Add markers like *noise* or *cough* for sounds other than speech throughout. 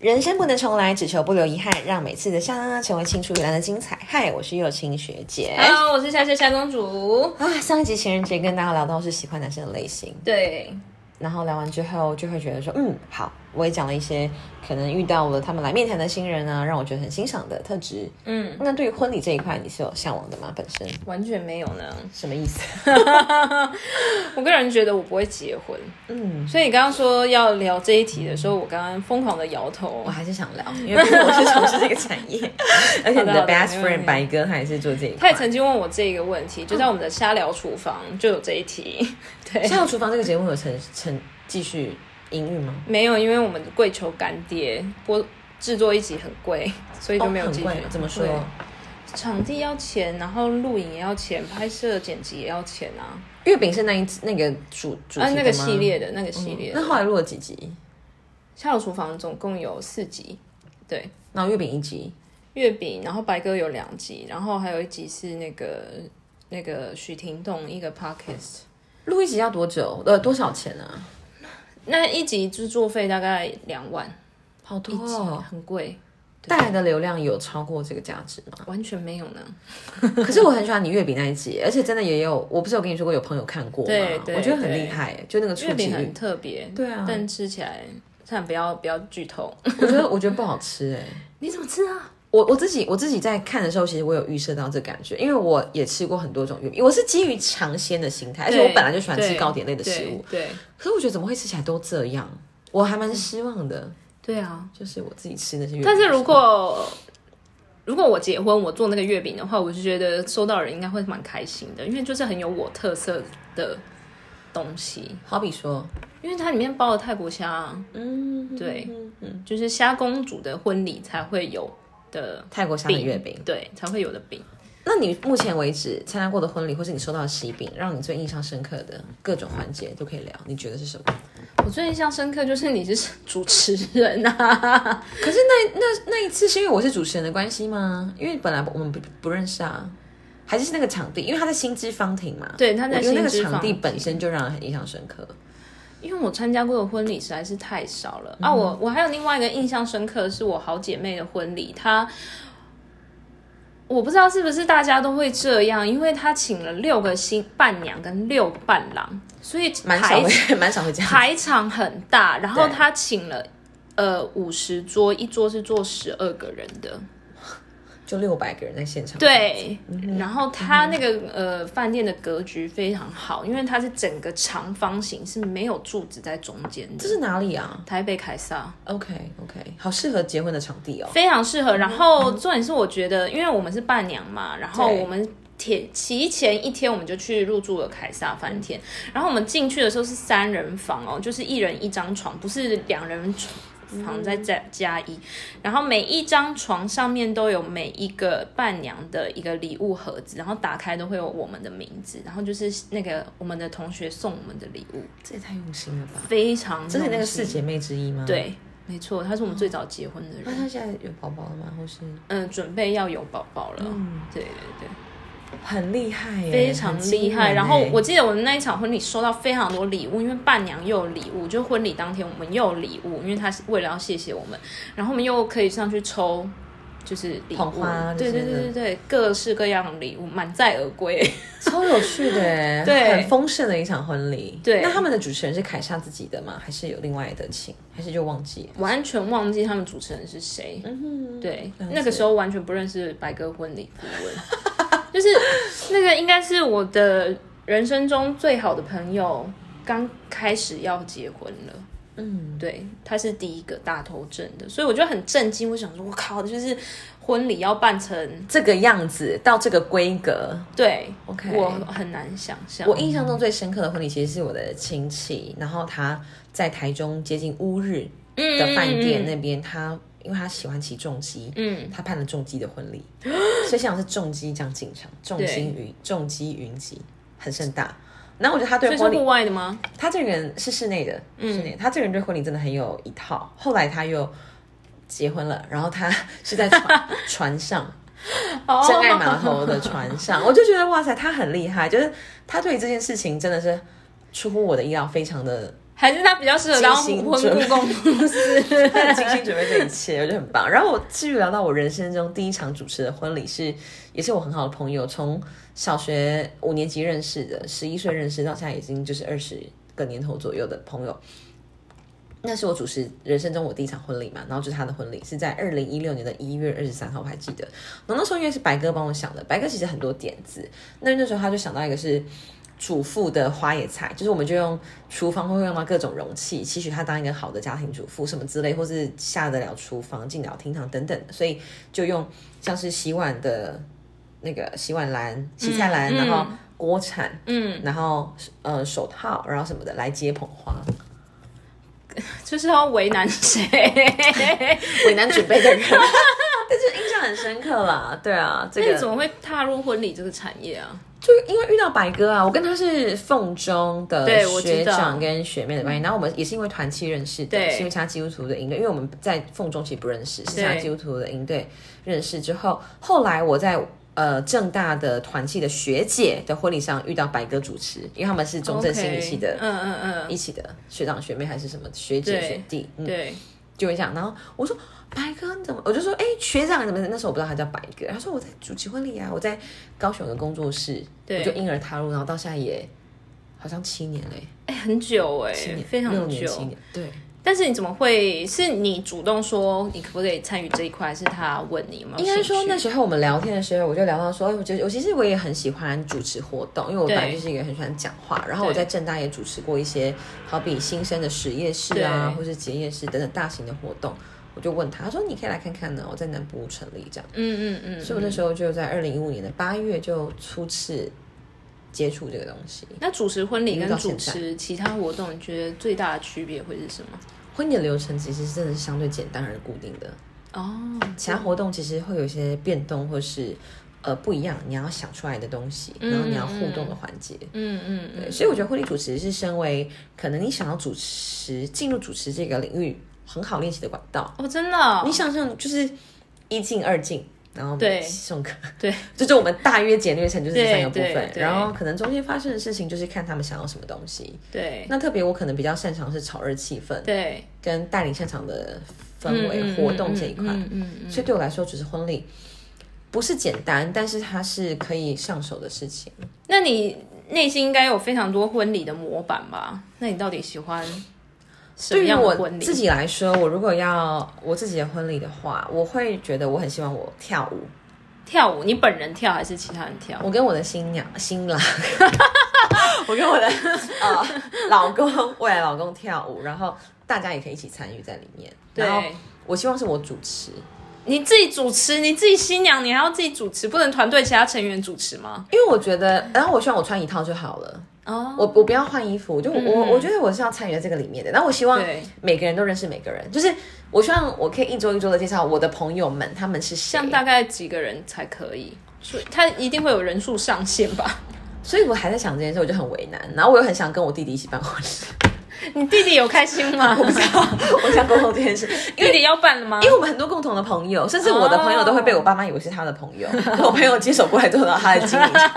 人生不能重来，只求不留遗憾，让每次的相呢成为青出于蓝的精彩。嗨，我是幼青学姐。 Hello，我是夏夏夏公主。啊，上一集情人节跟大家聊到是喜欢男生的类型，对，然后聊完之后就会觉得说，嗯，好，我也讲了一些可能遇到了他们来面谈的新人啊，让我觉得很欣赏的特质。嗯，那对于婚礼这一块，你是有向往的吗？本身完全没有呢。 *laughs* 什么意思？我个人觉得我不会结婚，嗯，所以你刚刚说要聊这一题的时候，我刚刚疯狂的摇头我。还是想聊，因为我是从事这个产 *laughs* 业，而且你好的的好的 best 没问 friend 题白哥他也是做这一他块也。曾经问我这个问题，嗯就在我们的瞎聊厨房就有这一题。 *laughs* 对，像厨房这个节目有成成继续营运吗？没有，因为我们跪求干爹，播制作一集很贵，所以就没有哦继很续。贵，怎么说对？场地要钱，然后录影也要钱，拍摄剪辑也要钱啊。月饼是那一次那个主主题的吗嗯啊，那个系列的那个系列的那后来录了几集？下楼厨房总共有四集，对，然后月饼一集，月饼，然后白鸽有两集，然后还有一集是那个那个许廷栋一个 podcast。录一集要多久？呃，多少钱啊？那一集制作费大概两万，好一多集、哦！很贵，带来的流量有超过这个价值吗？ *laughs* 完全没有呢。可是我很喜欢你月饼那一集，而且真的也有，我不是有跟你说过有朋友看过吗？对对我觉得很厉害，就那个触月及饼很率。特别，对啊但吃起来，但不要不要剧透。我觉得我觉得不好吃哎、你怎么吃啊？我我自己我自己在看的时候，其实我有预设到这感觉，因为我也吃过很多种月饼，我是基于尝鲜的心态，而且我本来就喜欢吃对糕点类的食物，，对对可是我觉得怎么会吃起来都这样，我还蛮失望的。对啊。就是我自己吃那些月饼的但时候，是如果如果我结婚，我做那个月饼的话，我就觉得收到的人应该会蛮开心的，因为就是很有我特色的东西，好比说，因为它里面包了泰国虾啊，嗯，对嗯，嗯就是虾公主的婚礼才会有的泰国虾的月饼。对，才会有的饼。那你目前为止参加过的婚礼，或是你收到的喜饼，让你最印象深刻的各种环节都可以聊，你觉得是什么？我最印象深刻就是你是主持人啊，可是那那那一次是因为我是主持人的关系吗？因为本来我们不不认识啊，还是是那个场地，因为他在新知芳庭嘛。对他在我觉得那个新知芳场地庭本身就让人很印象深刻。因为我参加过的婚礼实在是太少了、啊！嗯我我还有另外一个印象深刻的是我好姐妹的婚礼，她我不知道是不是大家都会这样，因为她请了六个新伴娘跟六个伴郎，所以蛮排少会蛮少会这样。排场很大，然后对他请了呃五十桌，一桌是坐十二个人的，就六百个人在现场。，对。然后他那个呃饭店的格局非常好，因为它是整个长方形，是没有柱子在中间这的。是哪里啊台北凯撒？OK OK，好适合结婚的场地哦。非常适合。然后重点是，我觉得因为我们是伴娘嘛，然后嗯对我们。提提前一天我们就去入住了凯撒饭店，嗯然后我们进去的时候是三人房哦，就是一人一张床，不是两人床房再加加嗯一，然后每一张床上面都有每一个伴娘的一个礼物盒子，然后打开都会有我们的名字，然后就是那个我们的同学送我们的礼物，这也太用心了吧！非常这是你那个用心四姐妹之一吗？。对，没错，他是我们最早结婚的人那。她现在有宝宝了吗？或是嗯，准备要有宝宝了。对对对，很厉害耶，非常嗯哎很惊厉害。人欸然后耶我记得我们那一场婚礼收到非常多礼物，因为伴娘又有礼物，就婚礼当天我们又有礼物，因为她是为了要谢谢我们，然后我们又可以上去抽。就是礼捧物花，啊这对对些的对对对，各式各样的礼物满载而归。 *laughs* 超有趣的耶，对很丰盛的一场婚礼。对那他们的主持人是凯撒自己的吗？还是有另外的请？还是就忘记了？完全忘记他们主持人是谁。对，了解那个时候完全不认识白鸽婚礼顾问， *laughs* 就是那个应该是我的人生中最好的朋友，刚开始要结婚了。嗯，对，他是第一个大头阵的，所以我就很震惊。我想说，我靠，就是婚礼要办成，这个样子到这个规格对，OK。我很难想象。我印象中最深刻的婚礼其实是我的亲戚，然后他在台中接近乌日的饭店那边，他因为他喜欢骑重机，嗯，他办了重机的婚礼，所以想是重机这样进场，重对金云重机云集，很盛大。然后我觉得他所对嗯以是嗯婚礼户外的吗？他这个人是室内的，室内。他这个人对婚礼真的很有一套。后来他又结婚了，然后他 *laughs* 是在船船上，哦真爱码头的船上，我就觉得哇塞，他很厉害，就是他对于这件事情真的是出乎我的意料，非常的还是他比较适合当精婚心准备故宫 *laughs* 公司？他很精心准备这一切，我觉得很棒。然后我继续聊到我人生中第一场主持的婚礼是，也是我很好的朋友，从小学五年级认识的，十一岁认识到现在已经就是二十个年头左右的朋友。那是我主持人生中我第一场婚礼嘛，然后就是他的婚礼是在二零一六年的一月二十三号，我还记得。然后那时候因为是白哥帮我想的，白哥其实很多点子，那那时候他就想到一个是。主妇的花野菜，就是我们就用厨房会用到各种容器，期许他当一个好的家庭主妇什么之类，或是下得了厨房、进得了厅堂等等的，所以就用像是洗碗的那个洗碗篮、洗菜篮，嗯然后锅铲，嗯，然后呃手套，然后什么的来接捧花，就是要为 *laughs* 难谁？为难准备的 *laughs* 人，但是印象很深刻啦。对啊，这那 *laughs* 你怎个么会踏入婚礼这个产业啊？就因为遇到白哥啊，我跟他是凤中的对我学知道长跟学妹的关系，然后我们也是因为团契认识的，对是因为其他基督徒的营队，因为我们在凤中其实不认识，是其他对基督徒的营队认识之后，后来我在。呃，正大的团契的学姐的婚礼上遇到白哥主持，因为他们是中正心理系的 OK，嗯嗯一起的学长学妹还是什么学姐对学弟，嗯嗯，，对，就会这样。然后我说白哥你怎么？我就说哎、学长你怎么？那时候我不知道他叫白哥，他说我在主持婚礼啊，我在高雄的工作室，对我就因而踏入，然后到现在也好像七年嘞、哎、很久哎、七年非六常年七久。年，对。但是你怎么会？是你主动说你可不可以参与这一块？还是他问你吗？应该说那兴趣时候我们聊天的时候，我就聊到说，哎我觉得我其实我也很喜欢主持活动，因为我本来对就是一个很喜欢讲话，然后我对在正大也主持过一些，好比新生的实业室啊，对或是结业式等等大型的活动，我就问他，他说你可以来看看呢，我在南部成立这样。嗯嗯嗯，所以我那时候就在二零一五年的八月就初次接触这个东西。那主持婚礼一路跟到现主在持其他活动，你觉得最大的区别会是什么？婚礼的流程其实真的是相对简单而固定的，哦，其他活动其实会有一些变动或是呃不一样，你要想出来的东西，然后你要互动的环节。嗯嗯对嗯，所以我觉得婚礼主持是身为可能你想要主持进入主持这个领域很好练习的管道。哦，真的哦、你想象就是一进二进，然后对送客， *laughs* 对，就是我们大约简略成就是这三个部对分对，对然后可能中间发生的事情就是看他们想要什么东西。对那特别我可能比较擅长是炒热气氛，对，跟带领现场的氛围、嗯嗯活动这一块。嗯嗯嗯，所以对我来说，主持婚礼不是简单，但是它是可以上手的事情。那你内心应该有非常多婚礼的模板吧？那你到底喜欢什么对于样的我婚礼？自己来说，我如果要我自己的婚礼的话，我会觉得我很希望我跳舞。跳舞，你本人跳还是其他人跳？我跟我的新娘、新 *laughs* 郎，我跟我的呃老公、未来老公跳舞，然后大家也可以一起参与在里面。然后对，我希望是我主持，你自己主持，你自己新娘，你还要自己主持，不能团队其他成员主持吗？因为我觉得，然后我希望我穿一套就好了，哦，嗯我我不要换衣服，就我、我我觉得我是要参与在这个里面的。然后我希望对每个人都认识每个人，就是我希望我可以一桌一桌的介绍我的朋友们他们是谁像，大概几个人才可以？所以他一定会有人数上限 *laughs* 吧？所以我还在想这件事，我就很为难。然后我又很想跟我弟弟一起办婚礼， *laughs* 你弟弟有开心吗？我想沟通这件事，因弟为。弟要办了吗？因为我们很多共同的朋友，甚至我的朋友都会被我爸妈以为是他的朋友。哦我朋友接手过来之后，他的经营，怎么啦？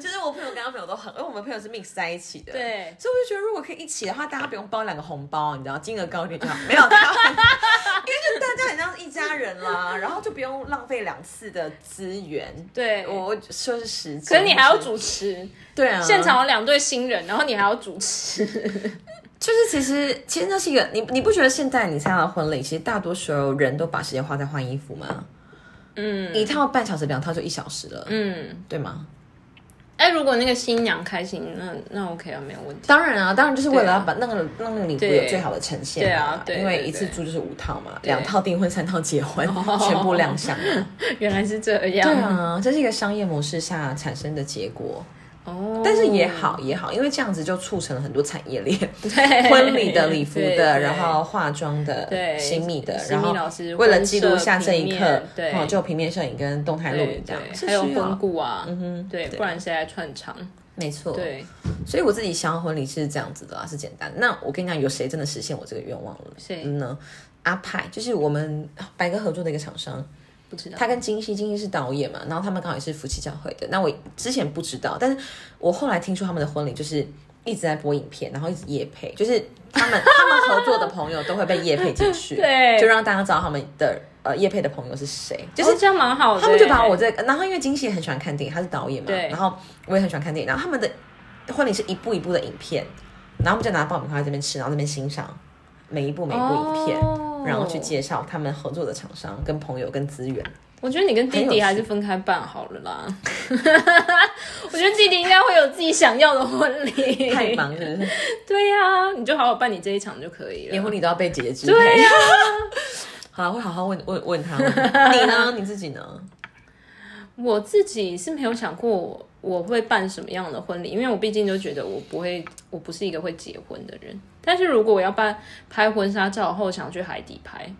就是我朋友跟他朋友都很，因为我们朋友是 mix 在一起的，对所以我就觉得如果可以一起的话，大家不用包两个红包，你知道，金额高一点就好，没有，他因为就大家很像一家人 *laughs* 啦，然后就不用浪费两次的资源。对，我我说是时间，可是你还要或是主持，对啊，现场有两对新人，然后你还要主持，就是其实其实那是一个你你不觉得现在你参加的婚礼，其实大多数人都把时间花在换衣服吗？嗯一套半小时，两套就一小时了，嗯。对吗？ *laughs* 哎，如果那个新娘开心，那那 OK 啊，没有问题。当然啊，当然就是为了要对啊把那个、让那个礼服对有最好的呈现对嘛啊对因为对一次对哦啊租就是五套嘛，两套订婚，三套结婚，全部亮 *laughs* 相嘛。原来是这样，对啊，这是一个商业模式下产生的结果，哦，但是也好也好，因为这样子就促成了很多产业链，对婚礼的、礼服对的，对然后化妆的、对新密的，新然密后老师为了婚记录摄下这一平刻面，对哦，就有平面摄影跟动态录对影这样，对，是还有需要婚顾啊，嗯哼对，对哦不然谁来串场？没错，对，所以我自己想要婚礼是这样子的啊，是简单。那我跟你讲，有谁真的实现我这个愿望了？谁嗯呢？阿派就是我们白哥合作的一个厂商，不知道。他跟金熙，金熙是导演嘛，然后他们刚好也是夫妻教会的。那我之前不知道，但是我后来听说他们的婚礼就是一直在播影片，然后一直夜配，就是他们他们合作的朋友都会被夜配进去， *laughs* 对就让大家知道他们的呃夜配的朋友是谁，就是哦这样蛮好的欸，他们就把我这个，然后因为金喜也很喜欢看电影，他是导演嘛，对然后我也很喜欢看电影，然后他们的婚礼是一步一步的影片，然后我们就拿爆米花在这边吃，然后这边欣赏每一步每一步影片，哦然后去介绍他们合作的厂商、跟朋友、跟资源。我觉得你跟弟弟还是分开办好了啦。 *laughs* 我觉得弟弟应该会有自己想要的婚礼。太忙是不是？对呀、你就好好办你这一场就可以连了。婚礼都要被节制。对呀、 *laughs* 好了，会好好问问问他。 *laughs* 问他你呢？你自己呢？我自己是没有想过我我会办什么样的婚礼，因为我毕竟就觉得我不会，我不是一个会结婚的人。但是如果我要办拍婚纱照后，想去海底拍，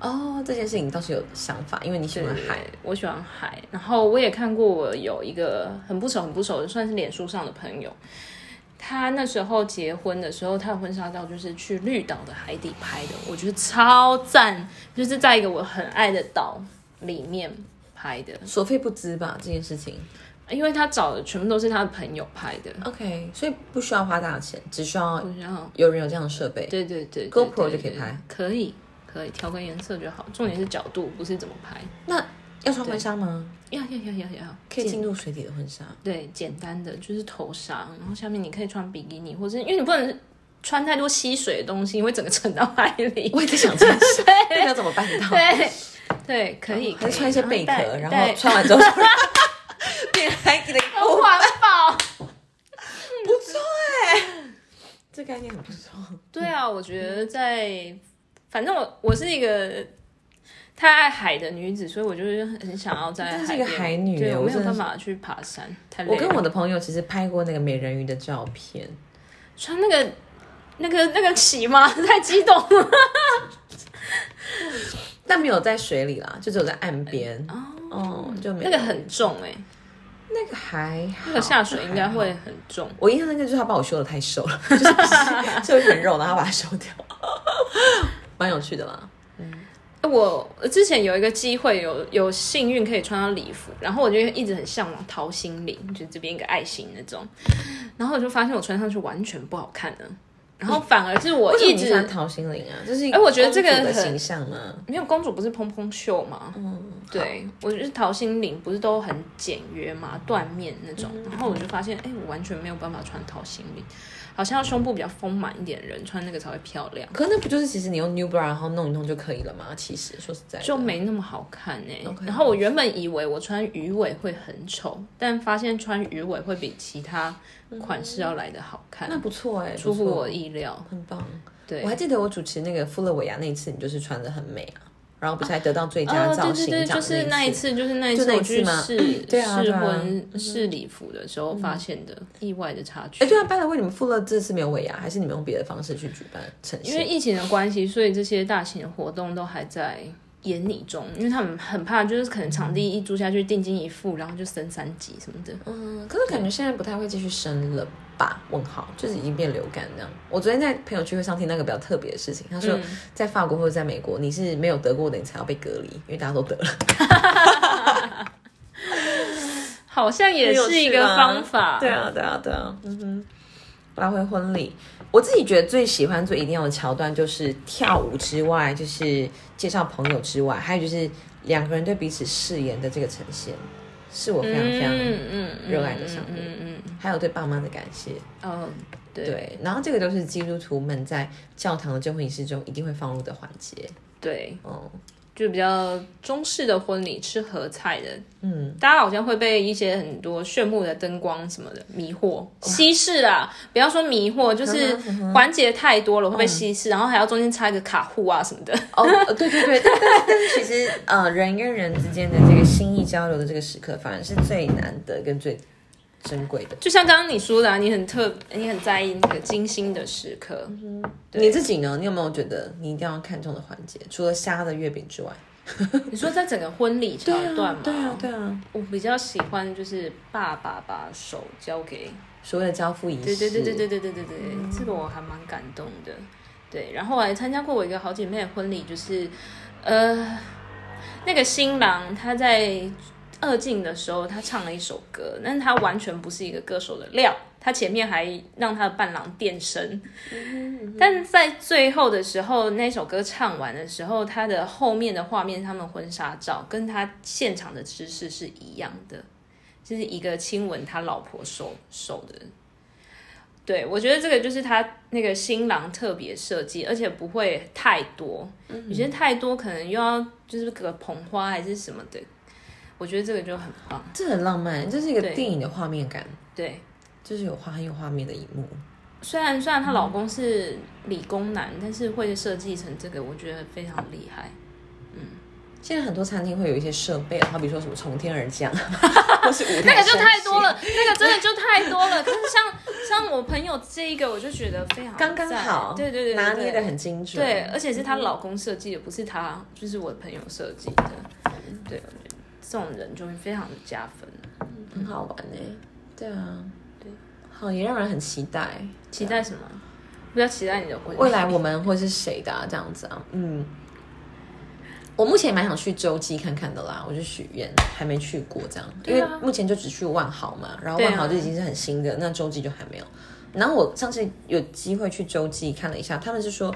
哦，这件事情倒是有想法，因为你喜欢海。对我喜欢海。然后我也看过，我有一个很不熟、很不熟的，算是脸书上的朋友。他那时候结婚的时候，他的婚纱照就是去绿岛的海底拍的，我觉得超赞，就是在一个我很爱的岛里面拍的，所费不知吧，这件事情。因为他找的全部都是他的朋友拍的。 OK，所以不需要花大钱，只需要我想想，有人有这样的设备。对对对 GoPro 对对就可以对拍可以可以调个颜色就好，重点是角度，不是怎么拍。那要穿婚纱吗？要要要要要，可以进入水底的婚纱。对，简单的就是头纱，然后下面你可以穿比基尼，或者因为你不能穿太多吸水的东西，你会整个沉到海里。我也在想这件 *laughs* 事，那要怎么办到？对对，可以，还可以是穿一些贝壳，然后带穿完之后变海 *laughs* 底的带很环保。 *laughs* 这概念很不错。对啊，我觉得在，反正我我是一个太爱海的女子，所以我就是很想要在你哦真是海一个边海女对耶我我没真有的办是法去爬山，太 *laughs* 累我了。跟我的朋友其实拍过那个美人鱼的照片，穿那个那个那个旗吗？ *laughs* 太激动了。但没有在水里啦，就只有在岸边。哦，就没那个很重哎、那个还好那个下水应该。会很重。我印象那个就是他把我修的太瘦 *laughs* 了，就是不是就是很肉，然后他把它修掉， *laughs* 蛮有趣的啦。呃我之前有一个机会有，有幸运可以穿到礼服，然后我就一直很向往桃心领，就这边一个爱心那种，然后我就发现我穿上去完全不好看呢，然后反而是我为什么一你直喜欢陶心凌啊，就是哎我觉得这个公主的很形象啊，没有公主不是蓬蓬袖嘛，嗯，对我就是桃心领不是都很简约嘛，缎面那种，嗯然后我就发现，哎、我完全没有办法穿桃心领，好像要胸部比较丰满一点的人穿那个才会漂亮，可那不就是其实你用 New Bra 然后弄一弄就可以了吗？其实说实在的，就没那么好看哎、 OK 然后我原本以为我穿鱼尾会很丑，但发现穿鱼尾会比其他款式要来的好看，那不错哎、出乎不错我，意料。很棒。对我还记得我主持那个富勒维亚那一次，你就是穿的很美啊，然后不是还得到最佳哦，造对型对奖的对，就是那一一。次，就是那一就次那一我去次吗试对啊试对啊婚试礼服的时候发现的意外的差距哎，。对啊，拜了为你们富勒这次没有尾牙，还是你们用别的方式去举办呈因为现？疫情的关系，所以这些大型的活动都还在眼里中，因为他们很怕，就是可能场地一租下去，定金一付，然后就升三级什么的。嗯，可是感觉现在不太会继续生了吧？问号，就是已经变流感那样。我昨天在朋友聚会上听那个比较特别的事情，他嗯说在法国或者在美国，你是没有得过的，你才要被隔离，因为大家都得了。好像也是一个方 *laughs* 法，对啊，对啊，对啊，嗯哼。拉回婚礼，我自己觉得最喜欢、最一定要的桥段就是跳舞之外，就是介绍朋友之外，还有就是两个人对彼此誓言的这个呈现，是我非常非常、嗯嗯热爱的项目嗯嗯嗯还有对爸妈的感谢。嗯，哦，对对，然后这个都是基督徒们在教堂的证婚仪式中一定会放入的环节。对，哦，就比较中式的婚礼吃合菜的，嗯，大家好像会被一些很多炫目的灯光什么的迷惑，西式啊，不要说迷惑，嗯就是环节太多了会被稀释，然后还要中间插一个卡户啊什么的。哦，呃对对对，但但 *laughs* 但是其实呃，人跟人之间的这个心意交流的这个时刻，反而是最难得跟最珍贵的。就像刚刚你说的、啊，你很特，你很在意那个精心的时 *laughs* 刻。你自己呢？你有没有觉得你一定要看重的环节？除了虾的月饼之外，你说在整个婚礼桥段嘛，对啊，对啊，我比较喜欢就是爸爸把手交给所谓的交付仪式，对对对对对对对对对，这个我还蛮感动的。对，然后我还参加过我一个好姐妹的婚礼，就是，呃，那个新郎他在二进的时候，他唱了一首歌，但是他完全不是一个歌手的料。他前面还让他的伴郎电声，但在最后的时候，那首歌唱完的时候，他的后面的画面，他们婚纱照跟他现场的姿势是一样的，就是一个亲吻他老婆手手的。对，我觉得这个就是他那个新郎特别设计，而且不会太多，嗯有些太多可能又要就是个捧花还是什么的，我觉得这个就很棒。这很浪漫，这是一个对电影的画面感，对，就是有画很有画面的一幕。虽然虽然她老公是理工男，但是会设计成这个，我觉得非常厉害。现在很多餐厅会有一些设备，好比说什么从天而 *laughs* 降，或是舞台那个就升太起 *laughs* 多，了，那个真的就太多了。可是像像我朋友这一个，我就觉得非常刚刚赞好，对对对，拿对捏的很精准。对，，而且是嗯她老公设计的，不是她，就是我朋友设计的。嗯对，我觉得这种人就会非常的加分。很好玩哎、对啊，对，好，也让人很期待。期待什么？比较期待你的婚礼啊未来我们会是谁的、啊、这样子啊？嗯，我目前也蛮想去洲际看看的啦，我就许愿，还没去过这样，因对为啊目前就只去万豪嘛，然后对啊万豪就已经是很新的，那洲际就还没有。然后我上次有机会去洲际看了一下，他们是说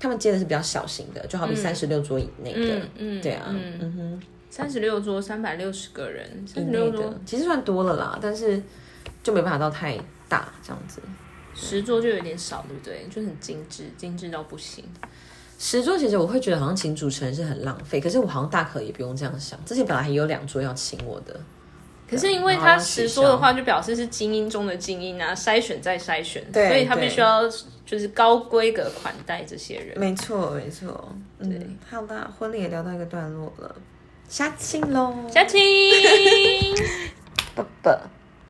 他们接的是比较小型的，就好比三十六桌以内的，嗯嗯对啊，嗯嗯哼。三十六桌，三百六十个人，三十那六桌个其实算多了啦，但是就没办法到太大这样子。十桌就有点少，对不对？就很精致，精致到不行。十桌其实我会觉得好像请主持人是很浪费，可是我好像大可也不用这样想。之前本来还有两桌要请我的，可是因为啊然后他要取十消桌的话，就表示是精英中的精英啊，筛选再筛选，对所以他对必须要就是高规格款待这些人。没错没错，嗯，好啦，婚礼也聊到一个段落了，下期喽， *laughs* 佳琪。拜拜。